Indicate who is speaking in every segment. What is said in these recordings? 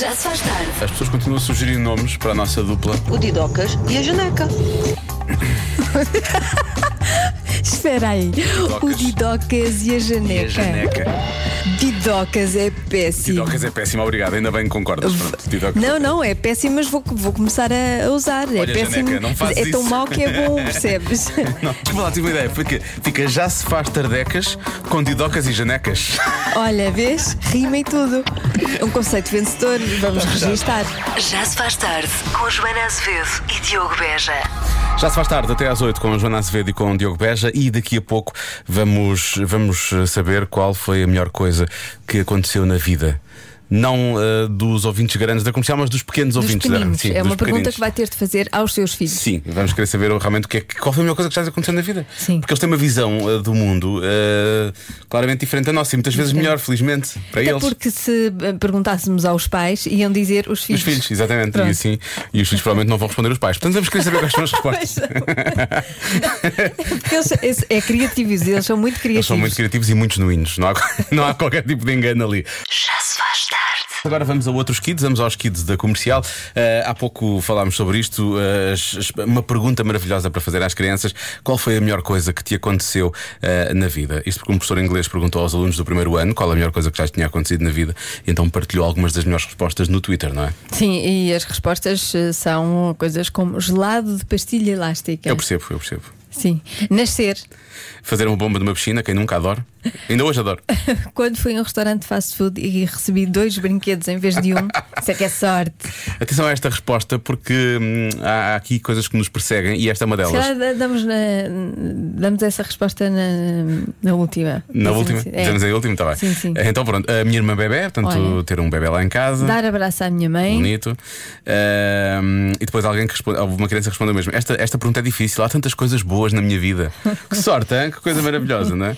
Speaker 1: Já se faz tarde.
Speaker 2: As pessoas continuam a sugerir nomes para a nossa dupla.
Speaker 3: o Didocas e a Janeca.
Speaker 4: Espera aí. O Didocas e a Janeca. Didocas é péssimo.
Speaker 2: Tidocas é péssimo, obrigado. Ainda bem que concordas. Pronto, Tidocas.
Speaker 4: Não, não, é péssimo, mas vou, vou começar a a usar. é
Speaker 2: Olha,
Speaker 4: péssimo.
Speaker 2: Janeca, não fazes
Speaker 4: é tão
Speaker 2: isso.
Speaker 4: mau que é bom, percebes?
Speaker 2: Não, desculpa lá, tive uma ideia. Fica, fica já se faz tardecas com Tidocas e janecas.
Speaker 4: Olha, vês? Rima e tudo. Um conceito vencedor, vamos registar.
Speaker 1: Já se faz tarde com Joana Azevedo e Diogo Beja.
Speaker 2: Já se faz tarde, até às 8 com a Joana Azevedo e com o Diogo Beja. E daqui a pouco vamos, vamos eh, saber qual foi a melhor coisa que aconteceu na vida. Não eh, dos ouvintes grandes da comercial, mas dos pequenos
Speaker 4: Dos
Speaker 2: ouvintes da
Speaker 4: pequeninos.
Speaker 2: Sim,
Speaker 4: é
Speaker 2: dos
Speaker 4: uma pergunta
Speaker 2: pequeninos.
Speaker 4: que vai ter de fazer aos seus filhos.
Speaker 2: Sim, vamos querer saber realmente o que é que- qual foi a melhor coisa que já lhes aconteceu na vida.
Speaker 4: Sim.
Speaker 2: Porque eles têm uma visão eh, do mundo eh, claramente diferente da nossa e muitas vezes melhor, felizmente, para
Speaker 4: Até
Speaker 2: eles.
Speaker 4: porque se eh, perguntássemos aos pais, iam dizer os filhos.
Speaker 2: Os filhos, exatamente.
Speaker 4: Pronto.
Speaker 2: E assim, e os filhos provavelmente não vão responder os pais. Portanto, vamos querer saber quais foram as respostas.
Speaker 4: Eles, esse- é criativos, eles são muito
Speaker 2: Eles
Speaker 4: criativos.
Speaker 2: são muito criativos e muito genuínos. Não há, não há qualquer tipo de engano ali.
Speaker 1: Já se faz tarde.
Speaker 2: Agora vamos a outros kids, vamos aos kids da comercial. Eh, há pouco falámos sobre isto. eh, as- as- uma pergunta maravilhosa para fazer às crianças: qual foi a melhor coisa que te aconteceu eh, na vida? Isto porque um professor inglês perguntou aos alunos do primeiro ano qual a melhor coisa que já lhes tinha acontecido na vida, e então partilhou algumas das melhores respostas no Twitter, não é?
Speaker 4: Sim, e as respostas eh, são coisas como gelado de pastilha elástica.
Speaker 2: Eu percebo, eu percebo.
Speaker 4: Sim. Nascer.
Speaker 2: Fazer uma bomba de uma piscina, quem nunca adora. Ainda hoje adoro.
Speaker 4: Quando fui a um restaurante de fast food e recebi dois brinquedos em vez de um, isso é que é sorte.
Speaker 2: Atenção a esta resposta, porque hum, há há aqui coisas que nos perseguem e esta é uma
Speaker 4: Se
Speaker 2: delas.
Speaker 4: calhar da- damos, na- damos essa resposta na, na última.
Speaker 2: Na
Speaker 4: Dizemos
Speaker 2: última?
Speaker 4: assim, é.
Speaker 2: Dizemos aí a última, está bem.
Speaker 4: Sim, sim.
Speaker 2: Então pronto, a minha irmã bebê, portanto,
Speaker 4: Olha. um
Speaker 2: ter um bebê lá em casa.
Speaker 4: Dar abraço à minha mãe.
Speaker 2: Bonito. Ahm, e depois alguém que responde, houve uma criança que respondeu mesmo: esta, esta pergunta é difícil, há tantas coisas boas na minha vida. Que sorte, hein? que coisa maravilhosa, não é?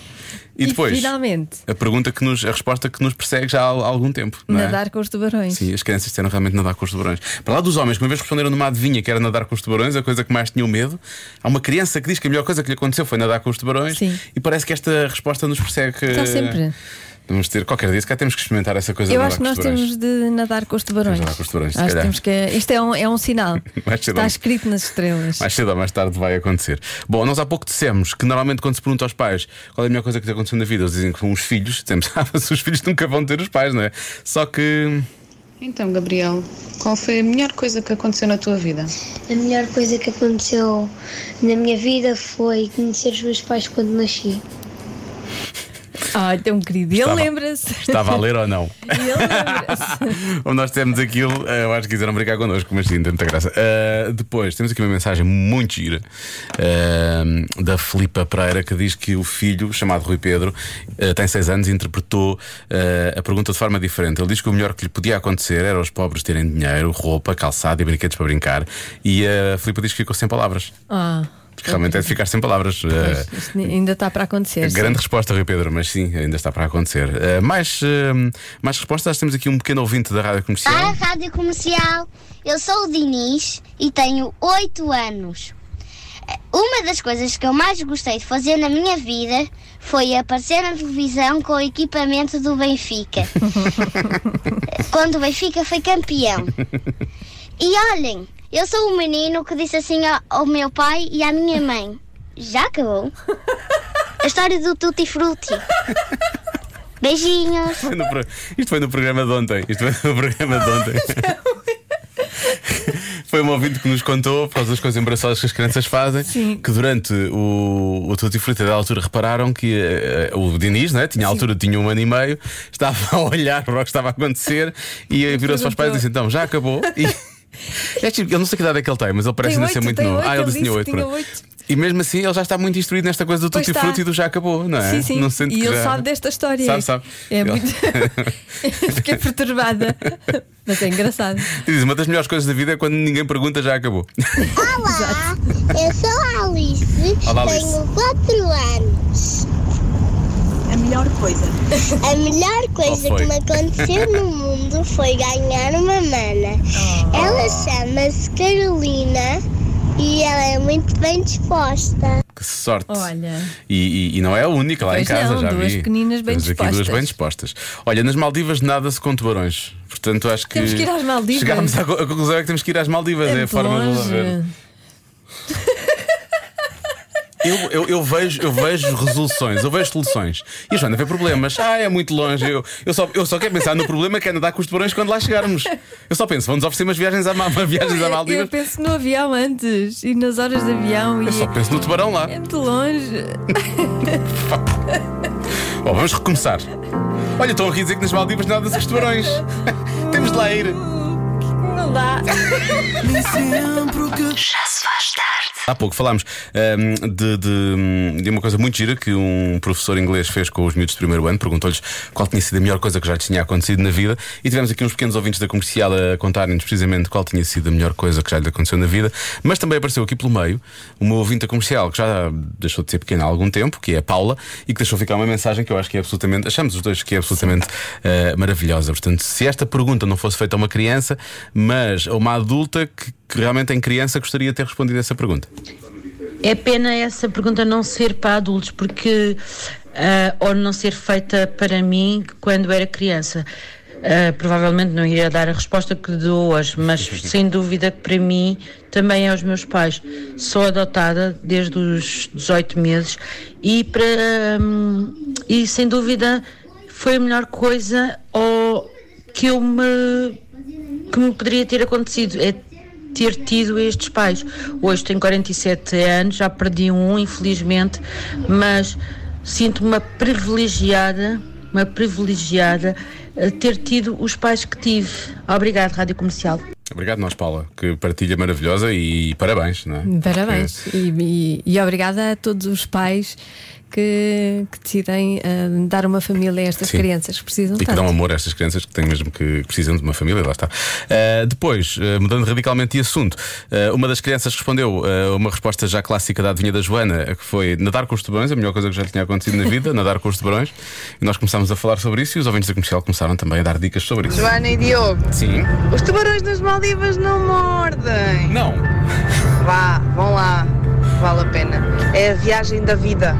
Speaker 2: E depois,
Speaker 4: finalmente,
Speaker 2: a pergunta que nos, a resposta que nos persegue já há al- algum tempo. Não é?
Speaker 4: nadar com os tubarões.
Speaker 2: Sim, as crianças disseram realmente nadar com os tubarões. Para lá dos homens, que uma vez responderam numa adivinha que era nadar com os tubarões, a coisa que mais tinham medo. Há uma criança que diz que a melhor coisa que lhe aconteceu foi nadar com os tubarões.
Speaker 4: Sim.
Speaker 2: E parece que esta resposta nos persegue.
Speaker 4: Está sempre.
Speaker 2: Vamos ter, qualquer dia, se cá temos que experimentar essa coisa
Speaker 4: Eu
Speaker 2: de
Speaker 4: acho
Speaker 2: nadar
Speaker 4: que
Speaker 2: com os
Speaker 4: nós
Speaker 2: tubarões.
Speaker 4: temos de nadar com os tubarões.
Speaker 2: Temos de nadar com os tubarões, se
Speaker 4: acho que
Speaker 2: calhar.
Speaker 4: temos que. Isto é um, é um sinal.
Speaker 2: Mais cedo ou
Speaker 4: Está
Speaker 2: mais-
Speaker 4: escrito nas estrelas.
Speaker 2: Mais cedo ou mais tarde vai acontecer. Bom, nós há pouco dissemos que normalmente quando se pergunta aos pais qual é a melhor coisa que te aconteceu na vida, eles dizem que são os filhos. Dizemos, ah, mas os filhos nunca vão ter os pais, não é? Só que.
Speaker 5: Então, Gabriel, qual foi a melhor coisa que aconteceu na tua vida?
Speaker 6: A melhor coisa que aconteceu na minha vida foi conhecer os meus pais quando nasci.
Speaker 4: Ah, tão querido. Ele
Speaker 2: Estava-
Speaker 4: lembra-se.
Speaker 2: Estava a ler ou não?
Speaker 4: Ele lembra-se.
Speaker 2: Como nós temos aquilo, eh, eu acho que quiseram brincar connosco, mas sim, tem muita graça. Eh, depois, temos aqui uma mensagem muito gira eh, da Filipa Pereira que diz que o filho, chamado Rui Pedro, eh, tem 6 anos e interpretou eh, a pergunta de forma diferente. Ele diz que o melhor que lhe podia acontecer era os pobres terem dinheiro, roupa, calçado e brinquedos para brincar. E a Filipa diz que ficou sem palavras.
Speaker 4: Ah,
Speaker 2: Porque Realmente é de ficar sem palavras. Eh, é
Speaker 4: pois, isto ainda está para acontecer.
Speaker 2: Grande resposta, Rui Pedro, mas sim, ainda está para acontecer. Eh, mais, eh, mais respostas, Acho que temos aqui um pequeno ouvinte da rádio comercial.
Speaker 7: Olá, Rádio Comercial. Eu sou o Dinis e tenho 8 anos. Uma das coisas que eu mais gostei de fazer na minha vida foi aparecer na televisão com o equipamento do Benfica. Quando o Benfica foi campeão. E olhem, eu sou o menino que disse assim ao, ao meu pai e à minha mãe: Já acabou? A história do Tutti Frutti. Beijinhos.
Speaker 2: Foi no pro- Isto foi no programa de ontem. Isto foi no programa de ontem. Foi um ouvinte que nos contou, por causa das coisas embaraçosas que as crianças fazem, que durante o, o Tutti Frutti da altura repararam que eh, o Diniz, né, tinha a altura, tinha um ano e meio, estava a olhar para o que estava a acontecer e eh, virou-se para os pais e disse: Então, já acabou. E... É tipo, Eu não sei que idade é que ele tem, mas ele parece
Speaker 4: Tem
Speaker 2: ainda ser
Speaker 4: oito,
Speaker 2: muito
Speaker 4: tem
Speaker 2: novo.
Speaker 4: oito,
Speaker 2: ah, ele
Speaker 4: ele
Speaker 2: disse que tinha
Speaker 4: disse
Speaker 2: 8.
Speaker 4: que tinha oito.
Speaker 2: E mesmo assim ele já está muito instruído nesta coisa do
Speaker 4: Pois
Speaker 2: Tutti
Speaker 4: está.
Speaker 2: Frutti e do já acabou, não é?
Speaker 4: Sim, sim.
Speaker 2: Não sente
Speaker 4: e
Speaker 2: que
Speaker 4: ele
Speaker 2: já-
Speaker 4: sabe desta história.
Speaker 2: Sabe, sabe.
Speaker 4: É
Speaker 2: Ele-
Speaker 4: muito... Fiquei perturbada. Mas é engraçado.
Speaker 2: Diz, uma das melhores coisas da vida é quando ninguém pergunta, já acabou.
Speaker 7: Olá, eu sou a Alice,
Speaker 2: Olá, Alice.
Speaker 7: tenho 4 anos. A melhor coisa. A melhor coisa
Speaker 2: Qual foi?
Speaker 7: que me aconteceu no mundo foi ganhar uma mana. Ela chama-se Carolina E ela é muito bem disposta.
Speaker 2: Que sorte.
Speaker 4: Olha.
Speaker 2: E, e- e não é a única lá
Speaker 4: Pois
Speaker 2: em casa,
Speaker 4: não,
Speaker 2: já
Speaker 4: duas
Speaker 2: vi.
Speaker 4: pequeninas bem
Speaker 2: Temos aqui duas
Speaker 4: dispostas.
Speaker 2: bem dispostas. Olha, nas Maldivas nada-se com tubarões. Portanto, acho que.
Speaker 4: Temos que ir às Maldivas.
Speaker 2: Chegámos à co- à conclusão é que temos que ir às Maldivas. É, a
Speaker 4: muito
Speaker 2: forma de resolver. Eu, eu, eu vejo, eu vejo resoluções, eu vejo soluções. E a Joana vê problemas. Ah, é muito longe. Eu, eu, só, eu só quero pensar no problema que é nadar com os tubarões quando lá chegarmos. Eu só penso, vão-nos oferecer umas viagens a, uma viagens a
Speaker 4: Eu- Eu
Speaker 2: Maldivas.
Speaker 4: penso no avião antes e nas horas de avião
Speaker 2: Eu É só
Speaker 4: e
Speaker 2: penso no tubarão lá.
Speaker 4: é muito longe.
Speaker 2: Bom, vamos recomeçar. Olha, estão aqui a dizer que nas Maldivas nada-se com os tubarões. temos de lá ir.
Speaker 4: Não dá.
Speaker 1: Já se faz tarde.
Speaker 2: Há pouco falámos ahm, de, de- de uma coisa muito gira que um professor inglês fez com os miúdos do primeiro ano, perguntou-lhes qual tinha sido a melhor coisa que já lhes tinha acontecido na vida, e tivemos aqui uns pequenos ouvintes da comercial a contarem-nos precisamente qual tinha sido a melhor coisa que já lhe aconteceu na vida, mas também apareceu aqui pelo meio uma ouvinte da comercial que já deixou de ser pequena há algum tempo, que é a Paula, e que deixou ficar uma mensagem que eu acho que é absolutamente, achamos os dois que é absolutamente ah, maravilhosa. Portanto, se esta pergunta não fosse feita a uma criança, mas a uma adulta que, que realmente em criança gostaria de ter respondido essa pergunta.
Speaker 8: É pena essa pergunta não ser para adultos, porque. ah, ou não ser feita para mim quando era criança. Ah, provavelmente não iria dar a resposta que dou hoje, mas sem dúvida que para mim também é aos meus pais. Sou adotada desde os 18 meses e, para, hum, e sem dúvida foi a melhor coisa ou que eu me que me poderia ter acontecido é ter tido estes pais. Hoje tenho 47 anos, já perdi um, infelizmente, mas sinto-me uma privilegiada, uma privilegiada a ter tido os pais que tive. Obrigada, Rádio Comercial.
Speaker 2: Obrigado, nós, Paula, que partilha maravilhosa e parabéns, não é?
Speaker 4: Parabéns. E, e- e obrigada a todos os pais que, que decidem ah, dar uma família a estas
Speaker 2: Sim.
Speaker 4: crianças que precisam
Speaker 2: E que
Speaker 4: tanto.
Speaker 2: dão amor a estas crianças que têm mesmo que que precisam de uma família, lá está. Ah, depois, ah, mudando radicalmente de assunto, ah, uma das crianças respondeu ah, uma resposta já clássica da adivinha da Joana, que foi nadar com os tubarões, a melhor coisa que já lhe tinha acontecido na vida, nadar com os tubarões. E nós começámos a falar sobre isso e os ouvintes da comercial começaram também a dar dicas sobre isso.
Speaker 9: Joana e Diogo,
Speaker 2: Sim.
Speaker 9: os tubarões nas Maldivas não mordem.
Speaker 2: Não.
Speaker 9: Vá, vão lá, vale a pena. É a viagem da vida,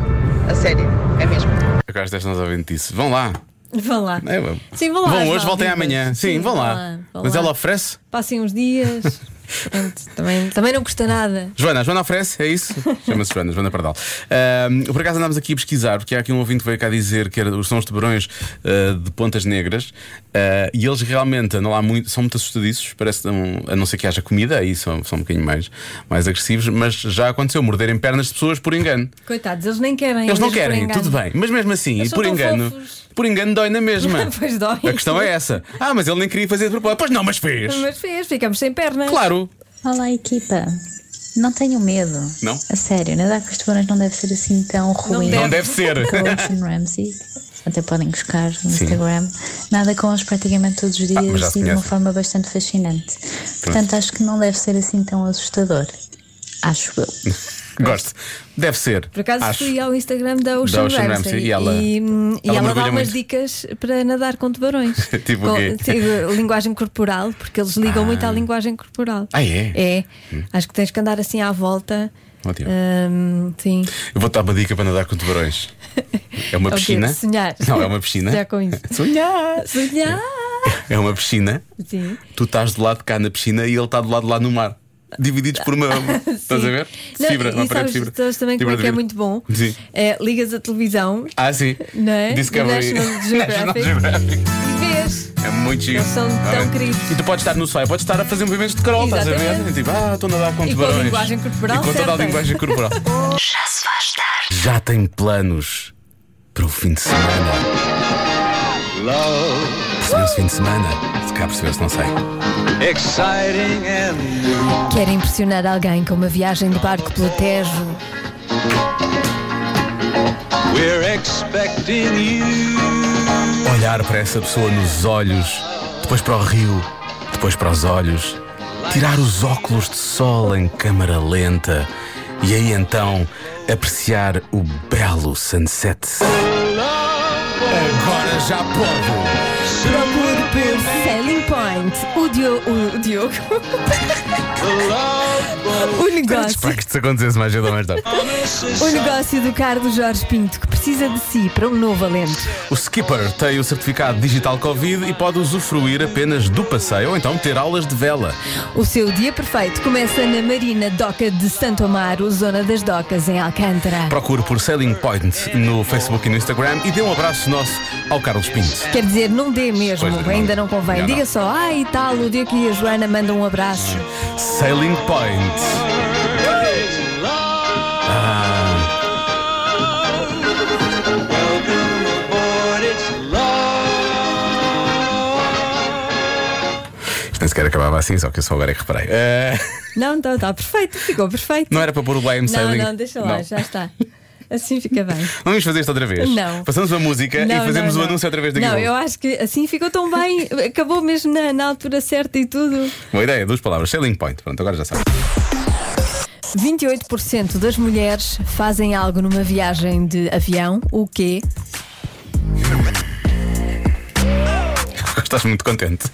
Speaker 9: a sério, é mesmo.
Speaker 2: Agora desta nós ouvinte disse: vão lá.
Speaker 4: Vão lá.
Speaker 2: É, vão.
Speaker 4: Sim, vão lá. às
Speaker 2: hoje, voltem
Speaker 4: Maldivas.
Speaker 2: amanhã. Sim, vão lá.
Speaker 4: vão
Speaker 2: Mas
Speaker 4: lá.
Speaker 2: ela oferece.
Speaker 4: Passem uns dias. Pronto, também, também não custa nada.
Speaker 2: Joana, a Joana oferece, é isso? Chama-se Joana, Joana Pardal. Ahm, por acaso andámos aqui a pesquisar, porque há aqui um ouvinte que veio cá dizer que era- são os tubarões ah, de Pontas Negras ah, e eles realmente andam lá muito, são muito assustadiços, parece que dão- a não ser que haja comida, aí são, são um bocadinho mais, mais agressivos, mas já aconteceu morderem pernas de pessoas por engano.
Speaker 4: Coitados, eles nem querem.
Speaker 2: Eles não
Speaker 4: mesmo por
Speaker 2: querem,
Speaker 4: engano.
Speaker 2: tudo bem, mas mesmo assim,
Speaker 4: Eles
Speaker 2: e
Speaker 4: são
Speaker 2: por
Speaker 4: tão
Speaker 2: engano,
Speaker 4: fofos.
Speaker 2: por engano dói na mesma.
Speaker 4: Pois dói.
Speaker 2: A questão é essa. Ah, mas ele nem queria fazer de propósito. Pois não, mas fez.
Speaker 4: Mas fez, ficamos sem pernas.
Speaker 2: Claro.
Speaker 10: Olá, equipa. Não tenho medo.
Speaker 2: Não?
Speaker 10: A sério, né? nadar com os tubarões não deve ser assim tão ruim.
Speaker 2: Não deve ser.
Speaker 10: Com o Ocean Ramsey. Até podem buscar no Instagram. Nada com eles praticamente todos os
Speaker 2: Ah, mas
Speaker 10: dias
Speaker 2: já
Speaker 10: e de
Speaker 2: se
Speaker 10: uma
Speaker 2: conhecem.
Speaker 10: forma bastante fascinante. Portanto, acho que não deve ser assim tão assustador. Acho eu.
Speaker 2: Gosto. Deve ser.
Speaker 4: Por acaso
Speaker 2: Acho.
Speaker 4: fui ao Instagram da Ocean,
Speaker 2: Ocean
Speaker 4: Ramsey,
Speaker 2: Ramsey, e ela-
Speaker 4: e, hum, e
Speaker 2: ela
Speaker 4: ela dá
Speaker 2: mergulha
Speaker 4: umas
Speaker 2: muito.
Speaker 4: dicas para nadar com tubarões.
Speaker 2: Tipo o
Speaker 4: com,
Speaker 2: quê?
Speaker 4: tipo, linguagem corporal, porque eles ligam muito à linguagem corporal.
Speaker 2: Ah, é?
Speaker 4: É. Acho que tens que andar assim à volta.
Speaker 2: Ótimo.
Speaker 4: Hum, sim.
Speaker 2: Eu vou dar uma dica para nadar com tubarões. É uma
Speaker 4: É o quê?
Speaker 2: piscina.
Speaker 4: Sonhar.
Speaker 2: Não, é uma piscina.
Speaker 4: Já com isso. Sonhar! Sonhar!
Speaker 2: É uma piscina.
Speaker 4: Sim.
Speaker 2: Tu estás do lado de cá na piscina e ele está do lado de lá no mar. Divididos por uma. Estás a ver?
Speaker 4: Não,
Speaker 2: Fibra,
Speaker 4: e
Speaker 2: uma parede
Speaker 4: sabes,
Speaker 2: de fibra.
Speaker 4: sabes também como
Speaker 2: Fibra
Speaker 4: é
Speaker 2: de
Speaker 4: que é
Speaker 2: vidro.
Speaker 4: muito bom?
Speaker 2: Sim.
Speaker 4: É, ligas a televisão,
Speaker 2: Ah, sim.
Speaker 4: não é?
Speaker 2: Discovery.
Speaker 4: National Geographic.
Speaker 2: Geographic.
Speaker 4: e vês.
Speaker 2: É muito giro.
Speaker 4: Eles são
Speaker 2: Ah,
Speaker 4: tão
Speaker 2: é.
Speaker 4: queridos.
Speaker 2: E tu podes estar no sol, podes estar a fazer movimentos de crawl, estás a ver?
Speaker 4: Exatamente.
Speaker 2: Tipo, ah, estou a nadar com
Speaker 4: E com a
Speaker 2: tubarões.
Speaker 4: linguagem corporal
Speaker 2: E com toda a
Speaker 4: certa.
Speaker 2: linguagem corporal.
Speaker 1: Já se faz tarde.
Speaker 2: Já tem planos para o fim de semana? Percebeu-se fim de semana? Se cá percebeu-se, não sei.
Speaker 4: Quer impressionar alguém com uma viagem de barco pelo Tejo?
Speaker 2: Olhar para essa pessoa nos olhos, depois para o rio, depois para os olhos, tirar os óculos de sol em câmara lenta e aí então apreciar o belo sunset. Agora já pode!
Speaker 4: Procure por Selling Point, o, Dio- o- o Diogo. o negócio.
Speaker 2: Espero que isto acontecesse mais cedo ou mais tarde.
Speaker 4: O negócio do Carlos Jorge Pinto, que precisa de si para um novo alento.
Speaker 2: O Skipper tem o certificado digital Covid e pode usufruir apenas do passeio ou então ter aulas de vela.
Speaker 4: O seu dia perfeito começa na Marina Doca de Santo Amaro, zona das docas, em Alcântara.
Speaker 2: Procure por Selling Point no Facebook e no Instagram e dê um abraço nosso ao Carlos Pinto.
Speaker 4: Quer dizer, não dê mesmo,
Speaker 2: Pois, não-
Speaker 4: ainda não convém.
Speaker 2: Já não.
Speaker 4: Diga só, ai e tal, o Diogo e a Joana mandam um abraço.
Speaker 2: Selling Point. Ah, isto nem sequer acabava assim, só que eu só agora é que reparei. Eh,
Speaker 4: Não, então está perfeito, ficou perfeito.
Speaker 2: não era para pôr o Blame
Speaker 4: Não,
Speaker 2: Sailing.
Speaker 4: não, deixa lá,
Speaker 2: Não.
Speaker 4: já está. Assim fica bem.
Speaker 2: Vamos fazer isto outra vez.
Speaker 4: Não.
Speaker 2: Passamos a música
Speaker 4: Não,
Speaker 2: e
Speaker 4: não,
Speaker 2: fazemos o
Speaker 4: não.
Speaker 2: anúncio outra vez daqui a
Speaker 4: Não,
Speaker 2: pouco.
Speaker 4: eu acho que assim ficou tão bem, acabou mesmo na, na altura certa e tudo.
Speaker 2: Boa ideia, duas palavras. Selling Point. Pronto, agora já sabe.
Speaker 4: 28% das mulheres fazem algo numa viagem de avião, o quê?
Speaker 2: Estás muito contente.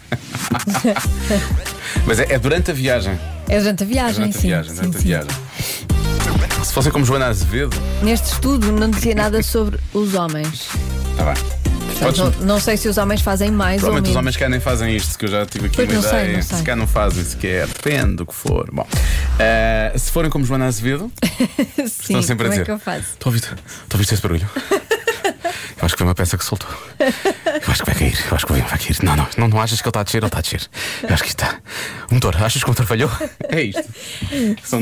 Speaker 2: Mas é, é durante a viagem.
Speaker 4: É durante a
Speaker 2: É
Speaker 4: viagem,
Speaker 2: durante a
Speaker 4: sim.
Speaker 2: viagem,
Speaker 4: sim,
Speaker 2: durante a
Speaker 4: sim.
Speaker 2: viagem. Se fosse como Joana Azevedo,
Speaker 4: Neste estudo não dizia nada sobre os homens.
Speaker 2: está tá bem.
Speaker 4: Portanto,
Speaker 2: Podes-
Speaker 4: não, não sei se os homens fazem mais ou
Speaker 2: Provavelmente
Speaker 4: menos.
Speaker 2: os homens cá nem fazem isto, que eu já tive aqui
Speaker 4: Pois
Speaker 2: uma
Speaker 4: não sei,
Speaker 2: ideia.
Speaker 4: não sei.
Speaker 2: se cá não fazem sequer, depende do que for. Bom, eh, se forem como Joana Azevedo,
Speaker 4: sim,
Speaker 2: estão sempre
Speaker 4: como
Speaker 2: a dizer.
Speaker 4: é que eu faço?
Speaker 2: Estou a ouvir, estou a ouvir esse barulho. Eu acho que foi uma peça que soltou. Eu acho que vai cair. Eu acho que o avião vai cair. Não, não, não, não achas que ele está a descer? Ele está a descer. Eu acho que isto está. O motor, achas que o motor falhou? É isto. São,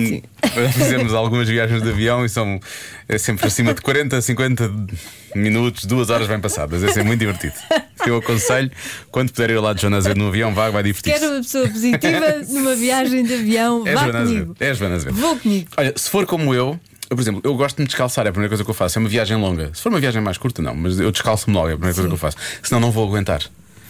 Speaker 2: fizemos algumas viagens de avião e são é sempre acima de 40, 50 minutos, duas horas bem passadas. É sempre muito divertido. Eu aconselho, quando puder ir lá de Joana Azevedo no avião, vá, vai divertir-se.
Speaker 4: Quero uma pessoa positiva numa viagem de avião,
Speaker 2: É
Speaker 4: vá
Speaker 2: Joana Azevedo.
Speaker 4: comigo.
Speaker 2: É Joana Azevedo.
Speaker 4: Vou comigo.
Speaker 2: Olha, se for como eu, eu, por exemplo, eu gosto de me descalçar, é a primeira coisa que eu faço. É uma viagem longa. Se for uma viagem mais curta, não, mas eu descalço-me logo, é a primeira coisa que eu faço. Senão não vou aguentar.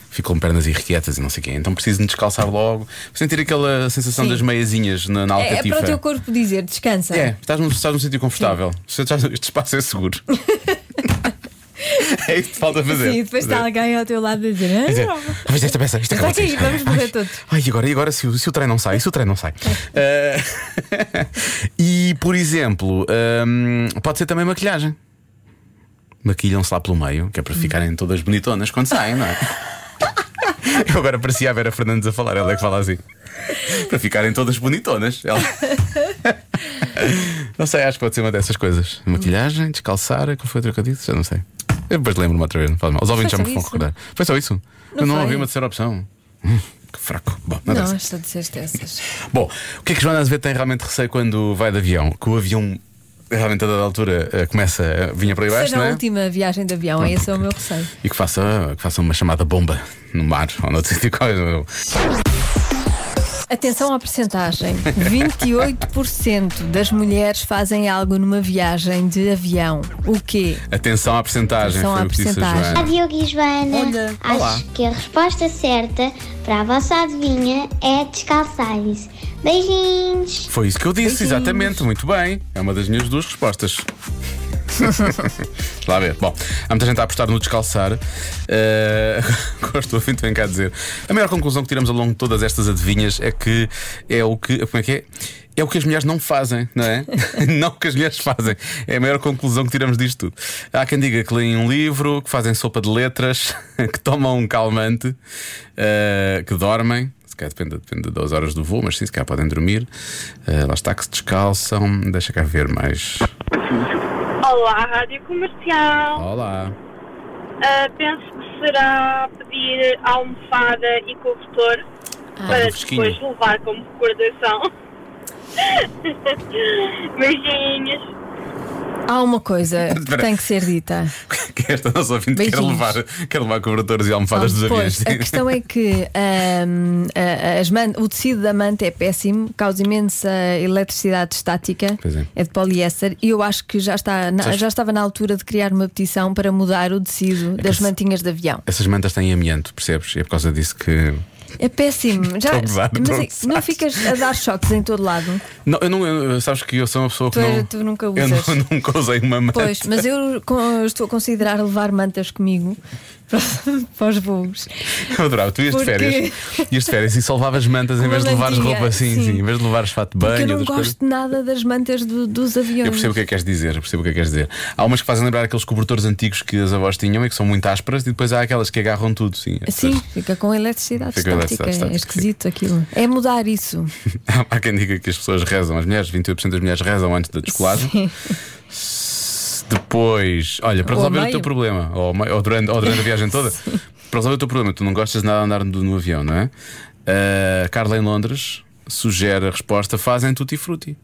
Speaker 2: Fico com pernas irrequietas e não sei o quê. Então preciso me descalçar logo. Sentir aquela sensação
Speaker 4: Sim.
Speaker 2: das meiazinhas na, na
Speaker 4: É, é
Speaker 2: alcatifa.
Speaker 4: para o teu corpo dizer, descansa.
Speaker 2: É, estás num, estás num sítio confortável. Se estás- Este espaço é seguro. é isso que falta fazer.
Speaker 4: Sim, depois está
Speaker 2: Fazer.
Speaker 4: alguém ao teu lado a dizer, ah,
Speaker 2: Quer dizer, mas esta peça, isto
Speaker 4: Está
Speaker 2: acabou de
Speaker 4: aqui,
Speaker 2: sair.
Speaker 4: é vamos
Speaker 2: Ai,
Speaker 4: morrer todos.
Speaker 2: Ai, e agora, e agora se, o- se o trem não sai, se o trem não sai.
Speaker 4: É.
Speaker 2: Eh, e, por exemplo, hum, pode ser também maquilhagem. Maquilham-se lá pelo meio, que é
Speaker 4: Uhum.
Speaker 2: para ficarem todas bonitonas quando saem, não é? Eu agora parecia a Vera Fernandes a falar, ela é que fala assim. Para ficarem todas bonitonas. Ela... Não sei, acho que pode ser uma dessas coisas. Maquilhagem, descalçar, qual foi a outra que eu disse? Já não sei. Eu depois lembro-me outra vez, não faz mal. Os ouvintes já
Speaker 4: Foi
Speaker 2: me
Speaker 4: só
Speaker 2: vão
Speaker 4: isso?
Speaker 2: recordar. Foi só isso?
Speaker 4: Não
Speaker 2: eu não
Speaker 4: foi.
Speaker 2: ouvi uma terceira opção. Hum, que fraco. Bom, não
Speaker 4: não, só
Speaker 2: interessa.
Speaker 4: disseste essas.
Speaker 2: Bom, o que é que Joana Azevedo tem realmente receio quando vai de avião? Que o avião realmente a dada altura eh, começa a vinha para aí baixo,
Speaker 4: Seja
Speaker 2: não
Speaker 4: a
Speaker 2: é?
Speaker 4: última viagem de avião, esse é o meu receio.
Speaker 2: E que faça, que faça uma chamada bomba no mar ou noutro sítio qualquer.
Speaker 4: Atenção à percentagem. 28% das mulheres fazem algo numa viagem de avião. O quê?
Speaker 2: Atenção à percentagem,
Speaker 4: Atenção
Speaker 2: foi
Speaker 4: à
Speaker 2: o que disse a
Speaker 4: percentagem.
Speaker 2: Joana.
Speaker 7: Olá, Diogo e Joana.
Speaker 2: Olha,
Speaker 7: Acho
Speaker 2: olá.
Speaker 7: que a resposta certa para a vossa adivinha é descalçar-se. Beijinhos!
Speaker 2: Foi isso que eu disse,
Speaker 7: Beijinhos.
Speaker 2: exatamente. Muito bem. É uma das minhas duas respostas. Lá ver. Bom, há muita gente a apostar no descalçar. Eh, gosto do vem cá dizer. A maior conclusão que tiramos ao longo de todas estas adivinhas é que é o que. Como é que é? É o que as mulheres não fazem, não é? não o que as mulheres fazem. É a maior conclusão que tiramos disto tudo. Há quem diga que leem um livro, que fazem sopa de letras, que tomam um calmante, eh, que dormem. Se calhar depende, depende das horas do voo, mas sim, se calhar podem dormir. Eh, lá está que se descalçam. Deixa cá ver mais.
Speaker 11: Olá, Rádio Comercial.
Speaker 2: Olá.
Speaker 11: Ah, penso que será pedir almofada e cobertor para
Speaker 2: Ah. um fresquinho.
Speaker 11: depois levar como recordação. Beijinhos.
Speaker 4: Há uma coisa que
Speaker 2: Espera.
Speaker 4: tem que ser dita.
Speaker 2: que esta nossa ouvinte quer
Speaker 4: Beijinhos. Ah,
Speaker 2: levar, quer levar cobertores e almofadas dos aviões.
Speaker 4: Pois, a questão é que ahm, a- as man- o tecido da manta é péssimo, causa imensa eletricidade estática,
Speaker 2: Pois é.
Speaker 4: de poliéster, e eu acho que já, está na-
Speaker 2: Sabes- É
Speaker 4: já estava na altura de criar uma petição para mudar o tecido das
Speaker 2: se-
Speaker 4: mantinhas de avião.
Speaker 2: Essas mantas têm amianto, percebes? E é por causa disso que.
Speaker 4: É péssimo. Já,
Speaker 2: Estou a gozar,
Speaker 4: mas
Speaker 2: estou a
Speaker 4: é-
Speaker 2: gozar.
Speaker 4: não ficas a dar choques em todo lado.
Speaker 2: Não, eu não. eu- sabes que eu sou uma pessoa que.
Speaker 4: Tu
Speaker 2: não,
Speaker 4: é- tu nunca
Speaker 2: Eu
Speaker 4: usas.
Speaker 2: não- nunca usei uma manta.
Speaker 4: Pois, mas eu co- estou a considerar levar mantas comigo para os voos.
Speaker 2: Eu adorava, tu ias de
Speaker 4: Porque-
Speaker 2: férias, ias de férias e só levavas mantas em
Speaker 4: Uma
Speaker 2: vez de levares
Speaker 4: mantinha,
Speaker 2: roupa assim,
Speaker 4: sim.
Speaker 2: sim, em vez de levares fato de banho.
Speaker 4: Porque eu não
Speaker 2: outras coisas.
Speaker 4: gosto nada das mantas do- dos aviões.
Speaker 2: Eu percebo o que é que queres dizer, eu percebo o que é que queres dizer. Há umas que fazem lembrar aqueles cobertores antigos que as avós tinham e que são muito ásperas, e depois há aquelas que agarram tudo, sim. é
Speaker 4: Sim, fica com eletricidade
Speaker 2: Fica com
Speaker 4: estática.
Speaker 2: eletricidade
Speaker 4: É
Speaker 2: estática,
Speaker 4: esquisito aquilo. É mudar isso.
Speaker 2: Há quem diga que as pessoas rezam, as mulheres, 28% das mulheres rezam antes da descolagem.
Speaker 4: Sim.
Speaker 2: Depois, olha, para
Speaker 4: Ou
Speaker 2: resolver o
Speaker 4: meio.
Speaker 2: teu problema, ou, me- ou durante, ou durante a viagem toda, para resolver o teu problema, tu não gostas de nada de andar no, no avião, não é? Ah, Carla em Londres sugere a resposta: fazem tutti frutti.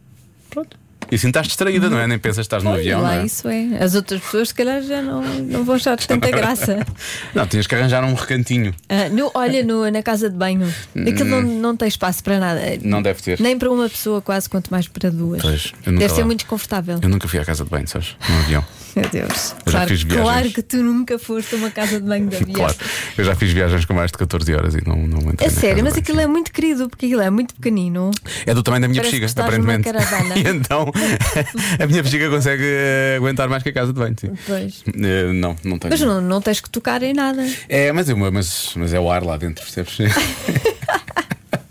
Speaker 2: Pronto. E assim estás distraída, não é? Nem pensas que estás no avião,
Speaker 4: lá
Speaker 2: não é?
Speaker 4: isso é. As outras pessoas, se calhar, já não, não vão achar tanta graça.
Speaker 2: Não, tinhas que arranjar um recantinho.
Speaker 4: Ah, no- olha, no- na casa de banho, aquilo não, não tem espaço para nada.
Speaker 2: Hum. Não deve ter.
Speaker 4: Nem para uma pessoa, quase, quanto mais para duas.
Speaker 2: Pois, eu nunca
Speaker 4: Deve ser
Speaker 2: lá.
Speaker 4: muito desconfortável.
Speaker 2: Eu nunca fui à casa de banho, sabes? Num avião.
Speaker 4: Meu Deus.
Speaker 2: Eu já
Speaker 4: Claro,
Speaker 2: fiz viagens.
Speaker 4: claro que tu nunca foste a uma casa de banho de avião.
Speaker 2: Claro. Eu já fiz viagens com mais de 14 horas e não, não entrei
Speaker 4: A
Speaker 2: na
Speaker 4: sério,
Speaker 2: casa
Speaker 4: mas
Speaker 2: de banho.
Speaker 4: aquilo é muito querido, porque aquilo é muito pequenino.
Speaker 2: É do tamanho da minha
Speaker 4: Parece que
Speaker 2: bexiga,
Speaker 4: estás
Speaker 2: aparentemente.
Speaker 4: numa caravana.
Speaker 2: e então a minha bexiga consegue eh, aguentar mais que a casa de banho. Sim.
Speaker 4: Pois.
Speaker 2: Eh, não, não tenho.
Speaker 4: Mas não, não tens que tocar em nada.
Speaker 2: É, mas, é uma- mas, mas é o ar lá dentro, percebes?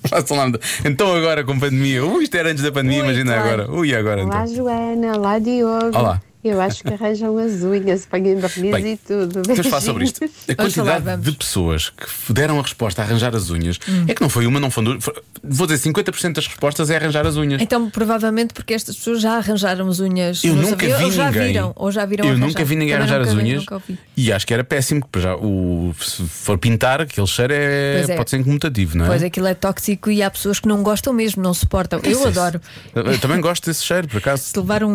Speaker 2: Façam lá. Então agora com pandemia. Uh, isto era antes da pandemia, imagina agora. Ui, agora
Speaker 12: Olá,
Speaker 2: então.
Speaker 12: Joana. Olá, Diogo.
Speaker 2: Olá.
Speaker 12: Eu acho que arranjam as unhas, põem verniz
Speaker 2: Bem,
Speaker 12: e tudo.
Speaker 2: Temos de falar sobre isto.
Speaker 12: Beijinhos.
Speaker 2: A quantidade de pessoas que deram a resposta a arranjar as unhas
Speaker 4: Hum.
Speaker 2: é que não foi uma, não foi duas. foi- Vou dizer, 50% das respostas é arranjar as unhas.
Speaker 4: Então, provavelmente porque estas pessoas já arranjaram as unhas.
Speaker 2: Eu
Speaker 4: nos
Speaker 2: nunca
Speaker 4: aviões,
Speaker 2: vi
Speaker 4: ou já
Speaker 2: ninguém.
Speaker 4: viram, ou já viram
Speaker 2: Eu
Speaker 4: arranjar.
Speaker 2: nunca vi ninguém
Speaker 4: Também
Speaker 2: arranjar
Speaker 4: nunca
Speaker 2: as
Speaker 4: vi,
Speaker 2: unhas é?
Speaker 4: nunca ouvi.
Speaker 2: e acho que era péssimo, porque já o, se for pintar, aquele cheiro é,
Speaker 4: Pois é.
Speaker 2: pode ser incomodativo, não é?
Speaker 4: Pois aquilo é tóxico e há pessoas que não gostam mesmo, não suportam. Eu
Speaker 2: Isso, é isso.
Speaker 4: adoro.
Speaker 2: Eu também gosto desse cheiro, por acaso.
Speaker 4: Se levar um,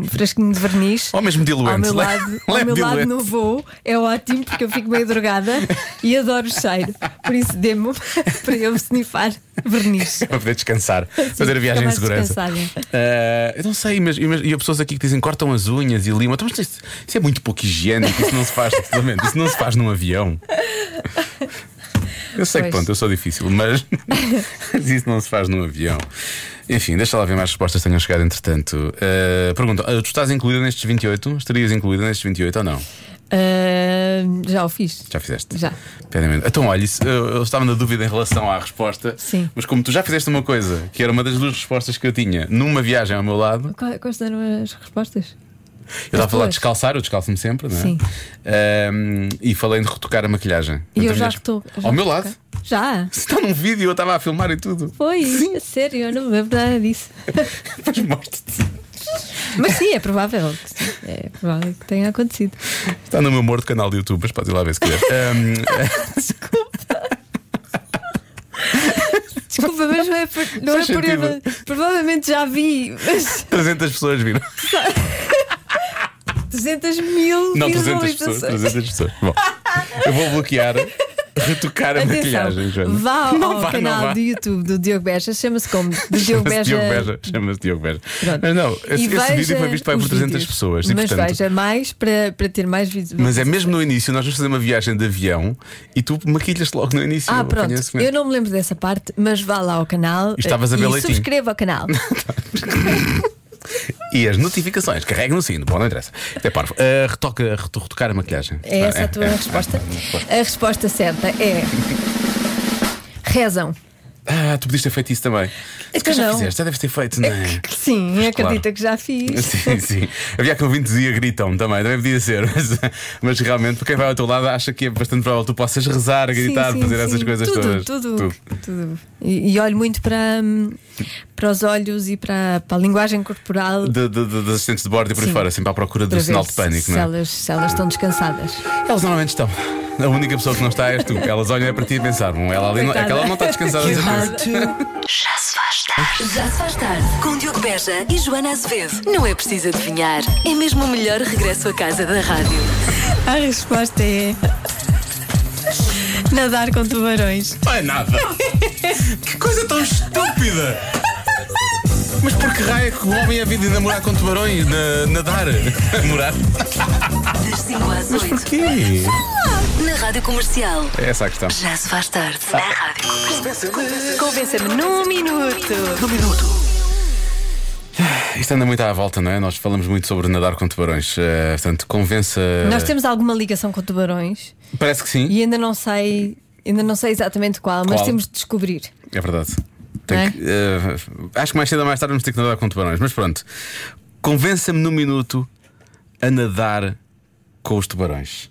Speaker 4: um frasquinho de verniz
Speaker 2: Ou mesmo diluente.
Speaker 4: ao meu
Speaker 2: le-
Speaker 4: lado,
Speaker 2: leve
Speaker 4: ao meu lado
Speaker 2: diluente.
Speaker 4: no voo é ótimo porque eu fico meio drogada e adoro o cheiro. Por isso demo para eu snifar verniz.
Speaker 2: Para poder descansar, fazer a
Speaker 4: fica
Speaker 2: viagem em
Speaker 4: mais então.
Speaker 2: segurança.
Speaker 4: descansada.
Speaker 2: Ah, eu não sei, mas, mas e há pessoas aqui que dizem cortam as unhas e limam. Então, mas isso, isso é muito pouco higiênico, isso não se faz totalmente, isso não se faz num avião. Eu sei que
Speaker 13: Pois.
Speaker 2: pronto, eu sou difícil, mas, mas isso não se faz num avião. Enfim, deixa lá ver mais respostas que tenham chegado entretanto. Ah, pergunta: ah, tu estás incluída nestes 28? Estarias incluída nestes 28 ou não?
Speaker 4: Ah, já o fiz.
Speaker 2: Já fizeste?
Speaker 4: Já.
Speaker 2: Pedimento. Então, olha, isso, eu, eu estava na dúvida em relação à resposta,
Speaker 4: Sim.
Speaker 2: mas como tu já fizeste uma coisa, que era uma das duas respostas que eu tinha numa viagem ao meu lado,
Speaker 4: Qua- Quais eram as respostas?
Speaker 2: eu estava a falar de
Speaker 4: duas?
Speaker 2: descalçar, eu descalço-me sempre, não é?
Speaker 4: Sim.
Speaker 2: Ahm, e falei de retocar a maquilhagem.
Speaker 4: E eu
Speaker 2: Então,
Speaker 4: já
Speaker 2: minhas-
Speaker 4: estou. já
Speaker 2: Ao meu
Speaker 4: estou
Speaker 2: lado.
Speaker 4: cá. Já?
Speaker 2: Se está num vídeo, eu estava a filmar e tudo.
Speaker 4: Foi, a é sério, eu não me lembro nada disso. Mas sim, é provável. que sim, É provável que tenha acontecido.
Speaker 2: Está no meu morto canal do YouTube, mas pode ir lá ver se quiser.
Speaker 4: Desculpa, mas não é por, não é
Speaker 2: Faz
Speaker 4: por
Speaker 2: sentido.
Speaker 4: eu- Provavelmente já vi, mas
Speaker 2: 300 pessoas viram.
Speaker 4: 300 mil
Speaker 2: Não, 300 pessoas.
Speaker 4: visualizações.
Speaker 2: 300 pessoas. Bom, eu vou bloquear retocar a
Speaker 4: Atenção,
Speaker 2: maquilhagem, Joana.
Speaker 4: Vá ao,
Speaker 2: Não
Speaker 4: ao
Speaker 2: vá, não
Speaker 4: canal
Speaker 2: vá.
Speaker 4: do YouTube do Diogo Beja, chama-se como? Do Diogo
Speaker 2: Chama-se Diogo
Speaker 4: Beja.
Speaker 2: Beja. Chama-se Diogo Beja. Mas não, esse, esse
Speaker 4: veja
Speaker 2: vídeo foi visto para aí por
Speaker 4: os
Speaker 2: 300
Speaker 4: vídeos.
Speaker 2: pessoas. e,
Speaker 4: Mas
Speaker 2: portanto,
Speaker 4: veja mais para, para ter mais vídeos.
Speaker 2: mas é mesmo no início, nós vamos fazer uma viagem de avião e tu maquilhas logo no início.
Speaker 4: Ah,
Speaker 2: eu
Speaker 4: pronto.
Speaker 2: apanhei esse
Speaker 4: Eu
Speaker 2: momento.
Speaker 4: não me lembro dessa parte, mas vá lá ao canal.
Speaker 2: E estavas a
Speaker 4: eh,
Speaker 2: ver
Speaker 4: e
Speaker 2: leitinho.
Speaker 4: subscreva o canal.
Speaker 2: E as notificações, carrega no sino, bom, não interessa. Até parvo. Ah, retoca, reto- retocar a maquilhagem. Ah,
Speaker 4: É essa a tua resposta? A resposta certa é. Rezam.
Speaker 2: Ah, tu podias ter feito isso também. Se calhar já
Speaker 4: Então não.
Speaker 2: fizeste, já deves ter feito, não é?
Speaker 4: Sim, acredita
Speaker 2: claro.
Speaker 4: que já fiz.
Speaker 2: Sim, sim. Havia que ouvinte dizia gritam também, também podia ser, mas, mas realmente, porque quem vai ao teu lado acha que é bastante provável que tu possas rezar, gritar,
Speaker 4: Sim, sim,
Speaker 2: fazer essas
Speaker 4: sim.
Speaker 2: coisas
Speaker 4: tudo,
Speaker 2: todas.
Speaker 4: Tudo, tudo. E, e olho muito para, hum, para os olhos e para, para a linguagem corporal
Speaker 2: de, de, de, de assistentes de bordo e por aí
Speaker 4: Sim.
Speaker 2: fora, sempre à procura do
Speaker 4: para
Speaker 2: sinal
Speaker 4: ver
Speaker 2: de pânico,
Speaker 4: se,
Speaker 2: não é?
Speaker 4: elas, se elas estão descansadas.
Speaker 2: Elas normalmente estão. A única pessoa que não está és tu. Elas olham é para ti e pensam, "Bom, ela ali não,
Speaker 1: Coitada.
Speaker 2: aquela não está descansada.
Speaker 1: Já se faz tarde. Já se faz tarde. Com Diogo Beja e Joana Azevedo. Não é preciso adivinhar. É mesmo o melhor regresso à casa da rádio.
Speaker 4: A resposta é. Nadar com tubarões.
Speaker 2: Não é nada. que coisa tão estúpida! Mas por que raio é que o homem é vida de namorar com tubarões? Na, nadar? Namorar?
Speaker 1: Das 5 às 8. Mas
Speaker 2: porquê?
Speaker 1: Na rádio comercial.
Speaker 2: É essa a questão.
Speaker 1: Já se faz tarde. Na rádio comercial.
Speaker 4: Convença-me num minuto.
Speaker 1: Num minuto.
Speaker 2: Isto anda muito à volta, não é? Nós falamos muito sobre nadar com tubarões. eh, portanto, convença.
Speaker 4: Nós temos alguma ligação com tubarões
Speaker 2: Parece que sim.
Speaker 4: e ainda não sei, ainda não sei exatamente qual, mas
Speaker 2: Qual?
Speaker 4: temos de descobrir.
Speaker 2: É verdade. Tem
Speaker 4: É?
Speaker 2: que, eh, acho que mais cedo ou mais tarde vamos ter que nadar com tubarões. Mas pronto, convença-me num minuto a nadar com os tubarões.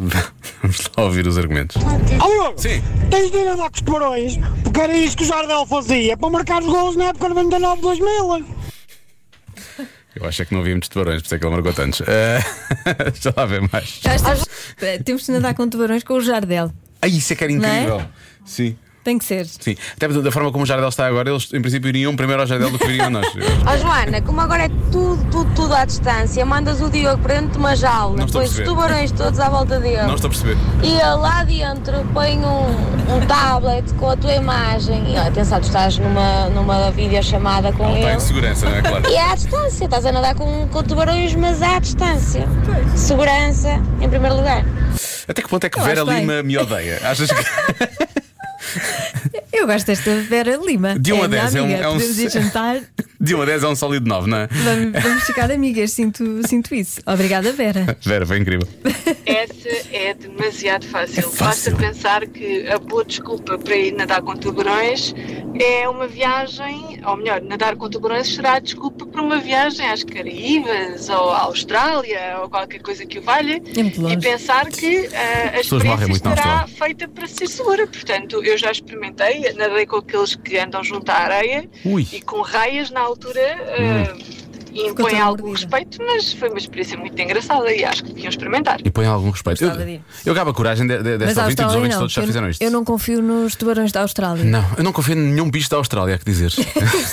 Speaker 2: Vamos lá ouvir os argumentos.
Speaker 13: Alô? Sim. Tens de ir andar com os tubarões, porque era isso que o Jardel fazia para marcar os gols na época 99-2000.
Speaker 2: Eu acho é que não havia muitos tubarões, por isso é que ele marcou tantos. Eh, já lá vê mais.
Speaker 4: Já estamos- eh, temos de nadar com tubarões com o Jardel.
Speaker 2: Ah, isso é que era
Speaker 4: Não é?
Speaker 2: incrível. Sim.
Speaker 4: Tem que ser.
Speaker 2: Sim, até da forma como o Jardel está agora, eles em princípio iriam primeiro ao Jardel do que iriam a nós.
Speaker 14: Ó Joana, como agora é tudo, tudo, tudo à distância, mandas o Diogo para dentro de uma jaula,
Speaker 2: Não estou a
Speaker 14: pões os
Speaker 2: perceber.
Speaker 14: tubarões todos à volta dele.
Speaker 2: Não estou a perceber.
Speaker 14: E ele lá dentro põe um, um tablet com a tua imagem. E ó, atenção, tu estás numa, numa videochamada com
Speaker 2: Não
Speaker 14: ele.
Speaker 2: está em segurança, não é? Claro.
Speaker 14: E é à distância, estás a nadar com, com tubarões, mas à distância. Segurança, em primeiro lugar.
Speaker 2: Até que ponto é que
Speaker 4: Eu
Speaker 2: Vera
Speaker 4: acho bem.
Speaker 2: Lima me odeia? Achas que.
Speaker 4: Eu gosto desta Vera Lima.
Speaker 2: De um
Speaker 4: é
Speaker 2: a dez, é
Speaker 4: minha amiga.
Speaker 2: um- é um
Speaker 4: Podemos ir
Speaker 2: se-
Speaker 4: jantar,
Speaker 2: De 1 a 10 é um sólido 9, não é?
Speaker 4: vamos, vamos ficar amigas, sinto, sinto isso. Obrigada, Vera.
Speaker 2: Vera, foi incrível.
Speaker 15: Essa é demasiado
Speaker 2: É
Speaker 15: fácil. Basta pensar que a boa desculpa para ir nadar com tubarões é uma viagem, ou melhor, nadar com tubarões será a desculpa para uma viagem às Caraíbas ou à Austrália ou qualquer coisa que o valha.
Speaker 4: É muito
Speaker 15: E
Speaker 4: longe.
Speaker 15: pensar que ah, a
Speaker 2: As pessoas
Speaker 15: experiência
Speaker 2: morrem muito na
Speaker 15: estará
Speaker 2: Austrália.
Speaker 15: feita para ser segura. Portanto, eu já experimentei, nadei com aqueles que andam junto à areia
Speaker 2: Ui. Hum.
Speaker 15: e com raias na altura. ah, e impõe algum respeito, mas foi uma experiência muito engraçada e acho que deviam experimentar.
Speaker 2: E põe algum respeito.
Speaker 4: Gostava
Speaker 2: Eu,
Speaker 4: de ir.
Speaker 2: eu gabo a coragem de,
Speaker 4: Mas
Speaker 2: de,
Speaker 4: a
Speaker 2: desta ouvinte e dos
Speaker 4: Austrália
Speaker 2: ouvintes
Speaker 4: não.
Speaker 2: todos já fizeram
Speaker 4: Eu,
Speaker 2: isto.
Speaker 4: eu não confio nos tubarões da Austrália.
Speaker 2: Não, eu não confio em nenhum bicho da Austrália, há que dizer.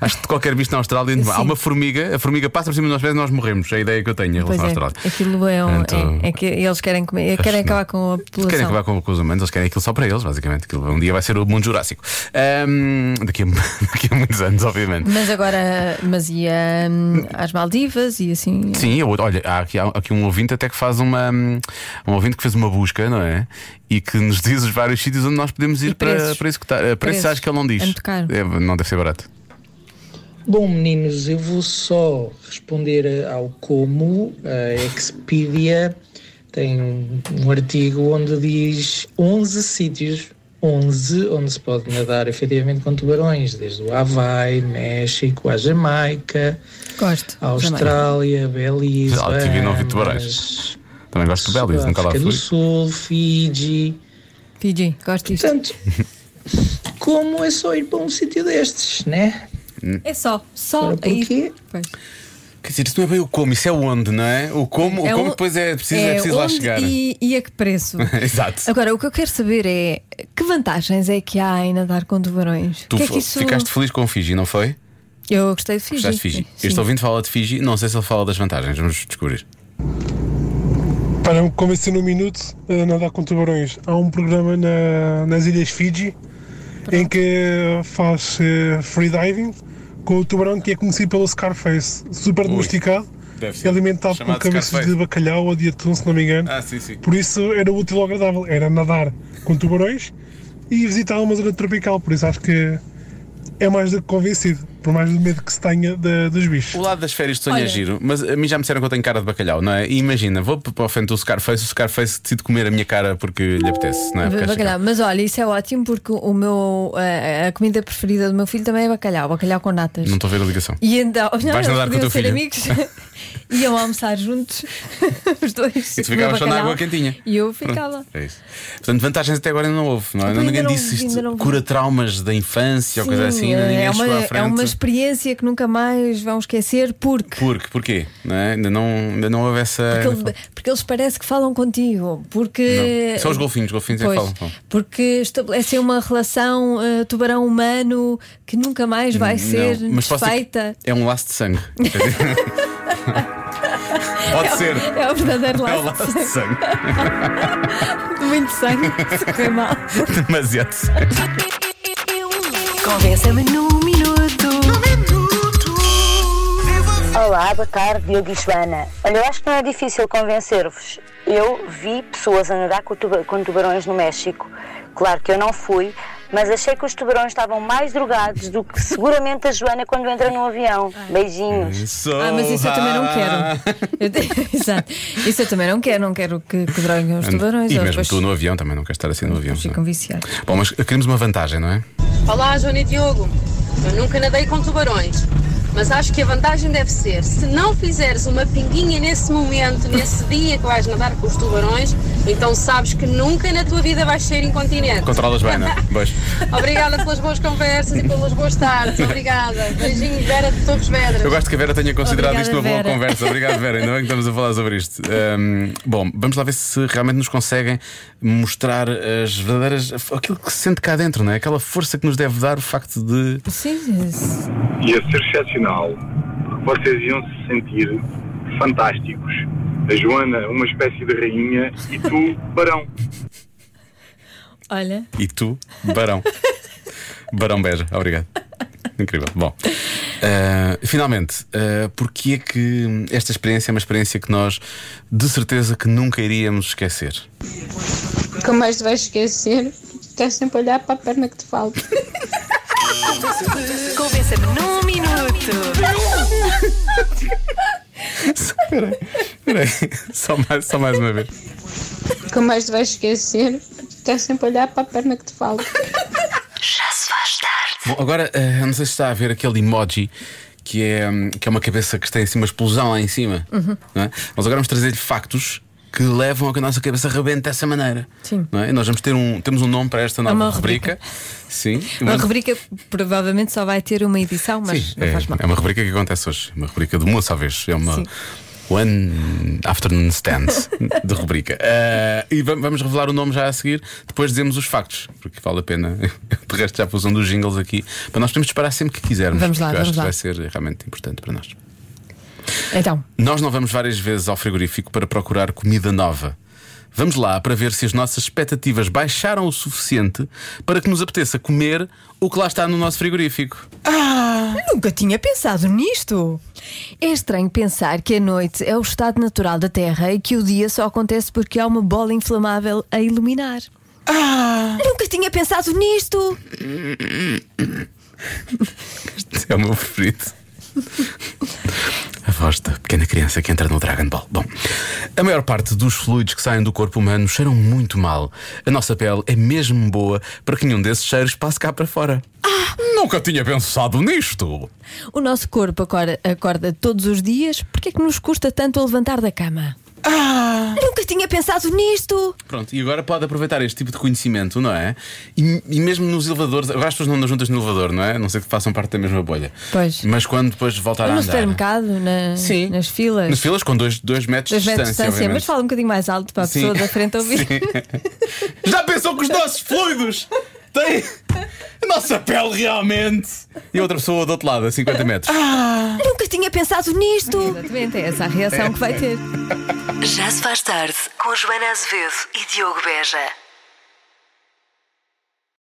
Speaker 2: Acho que de qualquer bicho na Austrália há uma formiga, a formiga passa por cima de nós pés e nós morremos. É a ideia que eu tenho em
Speaker 4: Pois
Speaker 2: relação à
Speaker 4: é,
Speaker 2: Austrália.
Speaker 4: aquilo é, um,
Speaker 2: Então-
Speaker 4: é, é que eles querem comer,
Speaker 2: Acho
Speaker 4: querem
Speaker 2: que não.
Speaker 4: acabar com a população.
Speaker 2: Querem acabar com, com os humanos, eles querem aquilo só para eles, basicamente. Aquilo, um dia vai ser o mundo jurássico. Ahm, daqui, a, daqui a muitos anos, obviamente.
Speaker 4: Mas agora, mas e hum, às Maldivas e assim.
Speaker 2: Sim, eu, olha, há aqui, há aqui um ouvinte até que faz uma. Um ouvinte que fez uma busca, não é? E que nos diz os vários sítios onde nós podemos ir para,
Speaker 16: preços.
Speaker 2: para executar. Eh, Preços,
Speaker 16: Preços.
Speaker 2: acho que ele não diz.
Speaker 16: É muito caro.
Speaker 2: É, não deve ser barato.
Speaker 16: Bom, meninos, eu vou só responder ao como. A Expedia tem um um artigo onde diz 11 sítios, 11 onde se pode nadar efetivamente com tubarões, desde o Havaí, México, à Jamaica,
Speaker 4: Gosto.
Speaker 16: à Austrália, Belize,
Speaker 2: Já tive e não vi
Speaker 16: Bahamas,
Speaker 2: tubarões. Também gosto de Belize, nunca lá
Speaker 16: África
Speaker 2: fui.
Speaker 16: do Sul, Fiji.
Speaker 4: Fiji, gosto disto.
Speaker 16: Portanto, como é só ir para um sítio destes, né?
Speaker 4: É só, só
Speaker 16: Agora, porquê?
Speaker 4: Pois.
Speaker 2: Quer dizer, isso não é bem o como, isso é onde, não é? O como,
Speaker 4: É
Speaker 2: o como
Speaker 4: um-
Speaker 2: depois é preciso, é preciso lá
Speaker 4: onde
Speaker 2: chegar.
Speaker 4: E, e a que preço?
Speaker 2: Exato.
Speaker 4: Agora, o que eu quero saber é que vantagens é que há em nadar com tubarões?
Speaker 2: Tu
Speaker 4: que é
Speaker 2: f-
Speaker 4: que isso...
Speaker 2: ficaste feliz com o Fiji, não foi?
Speaker 4: Eu gostei de Fiji.
Speaker 2: Gostaste de Fiji.
Speaker 4: Sim.
Speaker 2: Este ouvinte fala de Fiji, não sei se ele fala das vantagens, vamos descobrir.
Speaker 17: Para me convencer num minuto a nadar com tubarões, há um programa na- nas Ilhas Fiji em que faz eh, freediving com o tubarão que é conhecido pelo Scarface, super
Speaker 2: Ui,
Speaker 17: domesticado
Speaker 2: deve ser.
Speaker 17: e alimentado
Speaker 2: Chamado
Speaker 17: com cabeças
Speaker 2: Scarface.
Speaker 17: de bacalhau ou de atum, se não me engano.
Speaker 2: Ah, sim, sim.
Speaker 17: Por isso era útil ou agradável, era nadar com tubarões e visitar uma zona tropical, por isso acho que é mais do que convencido, por mais do medo que se tenha da- dos bichos.
Speaker 2: O lado das férias de sonho
Speaker 17: Olha.
Speaker 2: é giro, mas a mim já me disseram que eu tenho cara de bacalhau, não é? E imagina, vou p- para a frente do Scarface, o Scarface decide comer a minha cara porque lhe apetece, não é? Porque acha
Speaker 4: Bacalhau. Mas olha, isso é ótimo porque o meu, eh, a, a comida preferida do meu filho também é bacalhau, bacalhau com
Speaker 2: que-
Speaker 4: natas.
Speaker 2: Não estou a ver a ligação.
Speaker 4: E então,
Speaker 2: Vais
Speaker 4: não, eles
Speaker 2: nadar com o
Speaker 4: podiam
Speaker 2: teu
Speaker 4: ser
Speaker 2: filho.
Speaker 4: amigos, iam almoçar juntos, os dois.
Speaker 2: E tu ficavas só na
Speaker 4: bacalhau,
Speaker 2: água quentinha.
Speaker 4: E eu ficava. Então
Speaker 2: Pronto, é isso. Portanto, vantagens até agora ainda não houve, não é?
Speaker 4: Ainda
Speaker 2: Ninguém
Speaker 4: não
Speaker 2: disse
Speaker 4: vi, ainda
Speaker 2: isto
Speaker 4: não vi.
Speaker 2: cura traumas da infância ou coisa assim,
Speaker 4: Sim,
Speaker 2: ninguém
Speaker 4: é,
Speaker 2: chegou
Speaker 4: uma,
Speaker 2: à
Speaker 4: é
Speaker 2: frente.
Speaker 4: uma experiência que nunca mais vão esquecer porque,
Speaker 2: Porque, porquê? Não é? Ainda, não, ainda não houve essa.
Speaker 4: porque, ele- porque eles parecem que falam contigo. Porque.
Speaker 2: Não. São os golfinhos, os golfinhos é que
Speaker 4: Pois,
Speaker 2: falam. falam.
Speaker 4: Porque estabelecem uma relação eh, tubarão-humano que nunca mais vai ser
Speaker 2: Não, mas posso dizer que
Speaker 4: desfeita.
Speaker 2: É um laço de sangue. Pode ser.
Speaker 4: É o verdadeiro
Speaker 2: É
Speaker 4: laço,
Speaker 2: um laço de sangue.
Speaker 4: De muito sangue, se correr mal.
Speaker 2: Demasiado sangue.
Speaker 1: Convença-me num minuto.
Speaker 18: Olá, boa tarde, Diogo e Joana. Olha, eu acho que não é difícil convencer-vos. Eu vi pessoas a nadar com, tuba- com tubarões no México. Claro que eu não fui, mas achei que os tubarões estavam mais drogados do que seguramente a Joana quando entra num avião. Beijinhos.
Speaker 4: Ah, mas isso eu também não quero. Eu te- Exato. Isso eu também não quero. Não quero que, que droguem os tubarões.
Speaker 2: E
Speaker 4: eles
Speaker 2: mesmo
Speaker 4: depois
Speaker 2: tu no avião também não queres estar assim no avião.
Speaker 4: ficam viciados.
Speaker 2: Bom, mas queremos uma vantagem, não é?
Speaker 19: Olá, Joana e Diogo. Eu nunca nadei com tubarões, mas acho que a vantagem deve ser: se não fizeres uma pinguinha nesse momento, nesse dia que vais nadar com os tubarões, então sabes que nunca na tua vida vais ser incontinente.
Speaker 2: Controlas bem, não é? Pois.
Speaker 19: Obrigada pelas boas conversas e pelas boas tardes. Obrigada. Beijinho, Vera de Torres Vedras.
Speaker 2: Eu gosto que a Vera tenha considerado
Speaker 19: Obrigada,
Speaker 2: isto uma boa
Speaker 19: Vera.
Speaker 2: conversa. Obrigado, Vera. Ainda bem que estamos a falar sobre isto. Hum, bom, vamos lá ver se realmente nos conseguem mostrar as verdadeiras. aquilo que se sente cá dentro, não é? Aquela força que nos deve dar o facto de.
Speaker 4: Sim,
Speaker 20: ia ser excepcional. Vocês iam se sentir fantásticos. A Joana, uma espécie de rainha, e tu, barão.
Speaker 4: Olha.
Speaker 2: E tu, Barão. Barão Beja, obrigado. Incrível. Bom, ah, finalmente, ah, porquê é que esta experiência é uma experiência que nós de certeza que nunca iríamos esquecer?
Speaker 21: que mais te vais esquecer, estás sempre a olhar para a perna que te falta.
Speaker 1: Convença-me num minuto.
Speaker 2: Espera aí, espera aí. Só mais, só mais uma vez.
Speaker 21: que mais te vais esquecer, estás sempre a olhar para a perna que te falta.
Speaker 1: Já se faz tarde.
Speaker 2: Bom, agora, ah, não sei se está a ver aquele emoji que é, hum, que é uma cabeça que tem assim uma explosão lá em cima.
Speaker 1: Uhum.
Speaker 2: não é? Nós agora vamos trazer-lhe factos que levam a que a nossa cabeça rebente dessa maneira.
Speaker 4: Sim. É
Speaker 2: não é? E Nós vamos ter um, temos um nome para esta nova
Speaker 4: uma
Speaker 2: rubrica. Sim,
Speaker 4: Uma
Speaker 2: Vamos-
Speaker 4: rubrica provavelmente só vai ter uma edição, mas
Speaker 2: Sim,
Speaker 4: não
Speaker 2: é,
Speaker 4: faz mal.
Speaker 2: é uma rubrica que acontece hoje, é uma rubrica de uma só vez. É uma One Afternoon Stand de rubrica. Ah, e vam- vamos revelar o nome já a seguir, depois dizemos os factos, porque vale a pena. De resto, já pus um dos jingles aqui, para nós podemos disparar sempre que quisermos.
Speaker 4: Vamos lá,
Speaker 2: porque eu acho
Speaker 4: vamos lá.
Speaker 2: que vai ser realmente importante para nós.
Speaker 4: Então,
Speaker 2: Nós não vamos várias vezes ao frigorífico para procurar comida nova. Vamos lá para ver se as nossas expectativas baixaram o suficiente para que nos apeteça comer o que lá está no nosso frigorífico.
Speaker 4: Ah, nunca tinha pensado nisto. É estranho pensar que a noite é o estado natural da Terra e que o dia só acontece porque há uma bola inflamável a iluminar. Ah, nunca tinha pensado nisto.
Speaker 2: Este é o meu preferido. A voz da pequena criança que entra no Dragon Ball. Bom, a maior parte dos fluidos que saem do corpo humano cheiram muito mal. A nossa pele é mesmo boa para que nenhum desses cheiros passe cá para fora. Nunca tinha pensado nisto.
Speaker 4: O nosso corpo acorda, acorda todos os dias. Porquê é que nos custa tanto a levantar da cama? Ah, nunca tinha pensado nisto.
Speaker 2: Pronto, e agora pode aproveitar este tipo de conhecimento, não é? E, e mesmo nos elevadores, agora as pessoas não andam juntas no elevador, não é? A não sei que façam parte da mesma bolha.
Speaker 4: Pois.
Speaker 2: Mas quando depois voltar a
Speaker 4: no
Speaker 2: andar. né?
Speaker 4: supermercado, na- nas filas.
Speaker 2: Nas filas com dois, dois metros
Speaker 4: Dois
Speaker 2: de
Speaker 4: metros de
Speaker 2: distância.
Speaker 4: distância, mas
Speaker 2: obviamente.
Speaker 4: fala um bocadinho mais alto para a
Speaker 2: Sim.
Speaker 4: pessoa da frente ouvir.
Speaker 2: Sim. Já pensou que os nossos fluidos têm a nossa pele realmente? E outra pessoa do outro lado, a 50 metros.
Speaker 4: Ah, nunca tinha pensado nisto. Exatamente, é essa a reação que vai ter.
Speaker 1: Já se faz tarde com Joana Azevedo e Diogo Beja.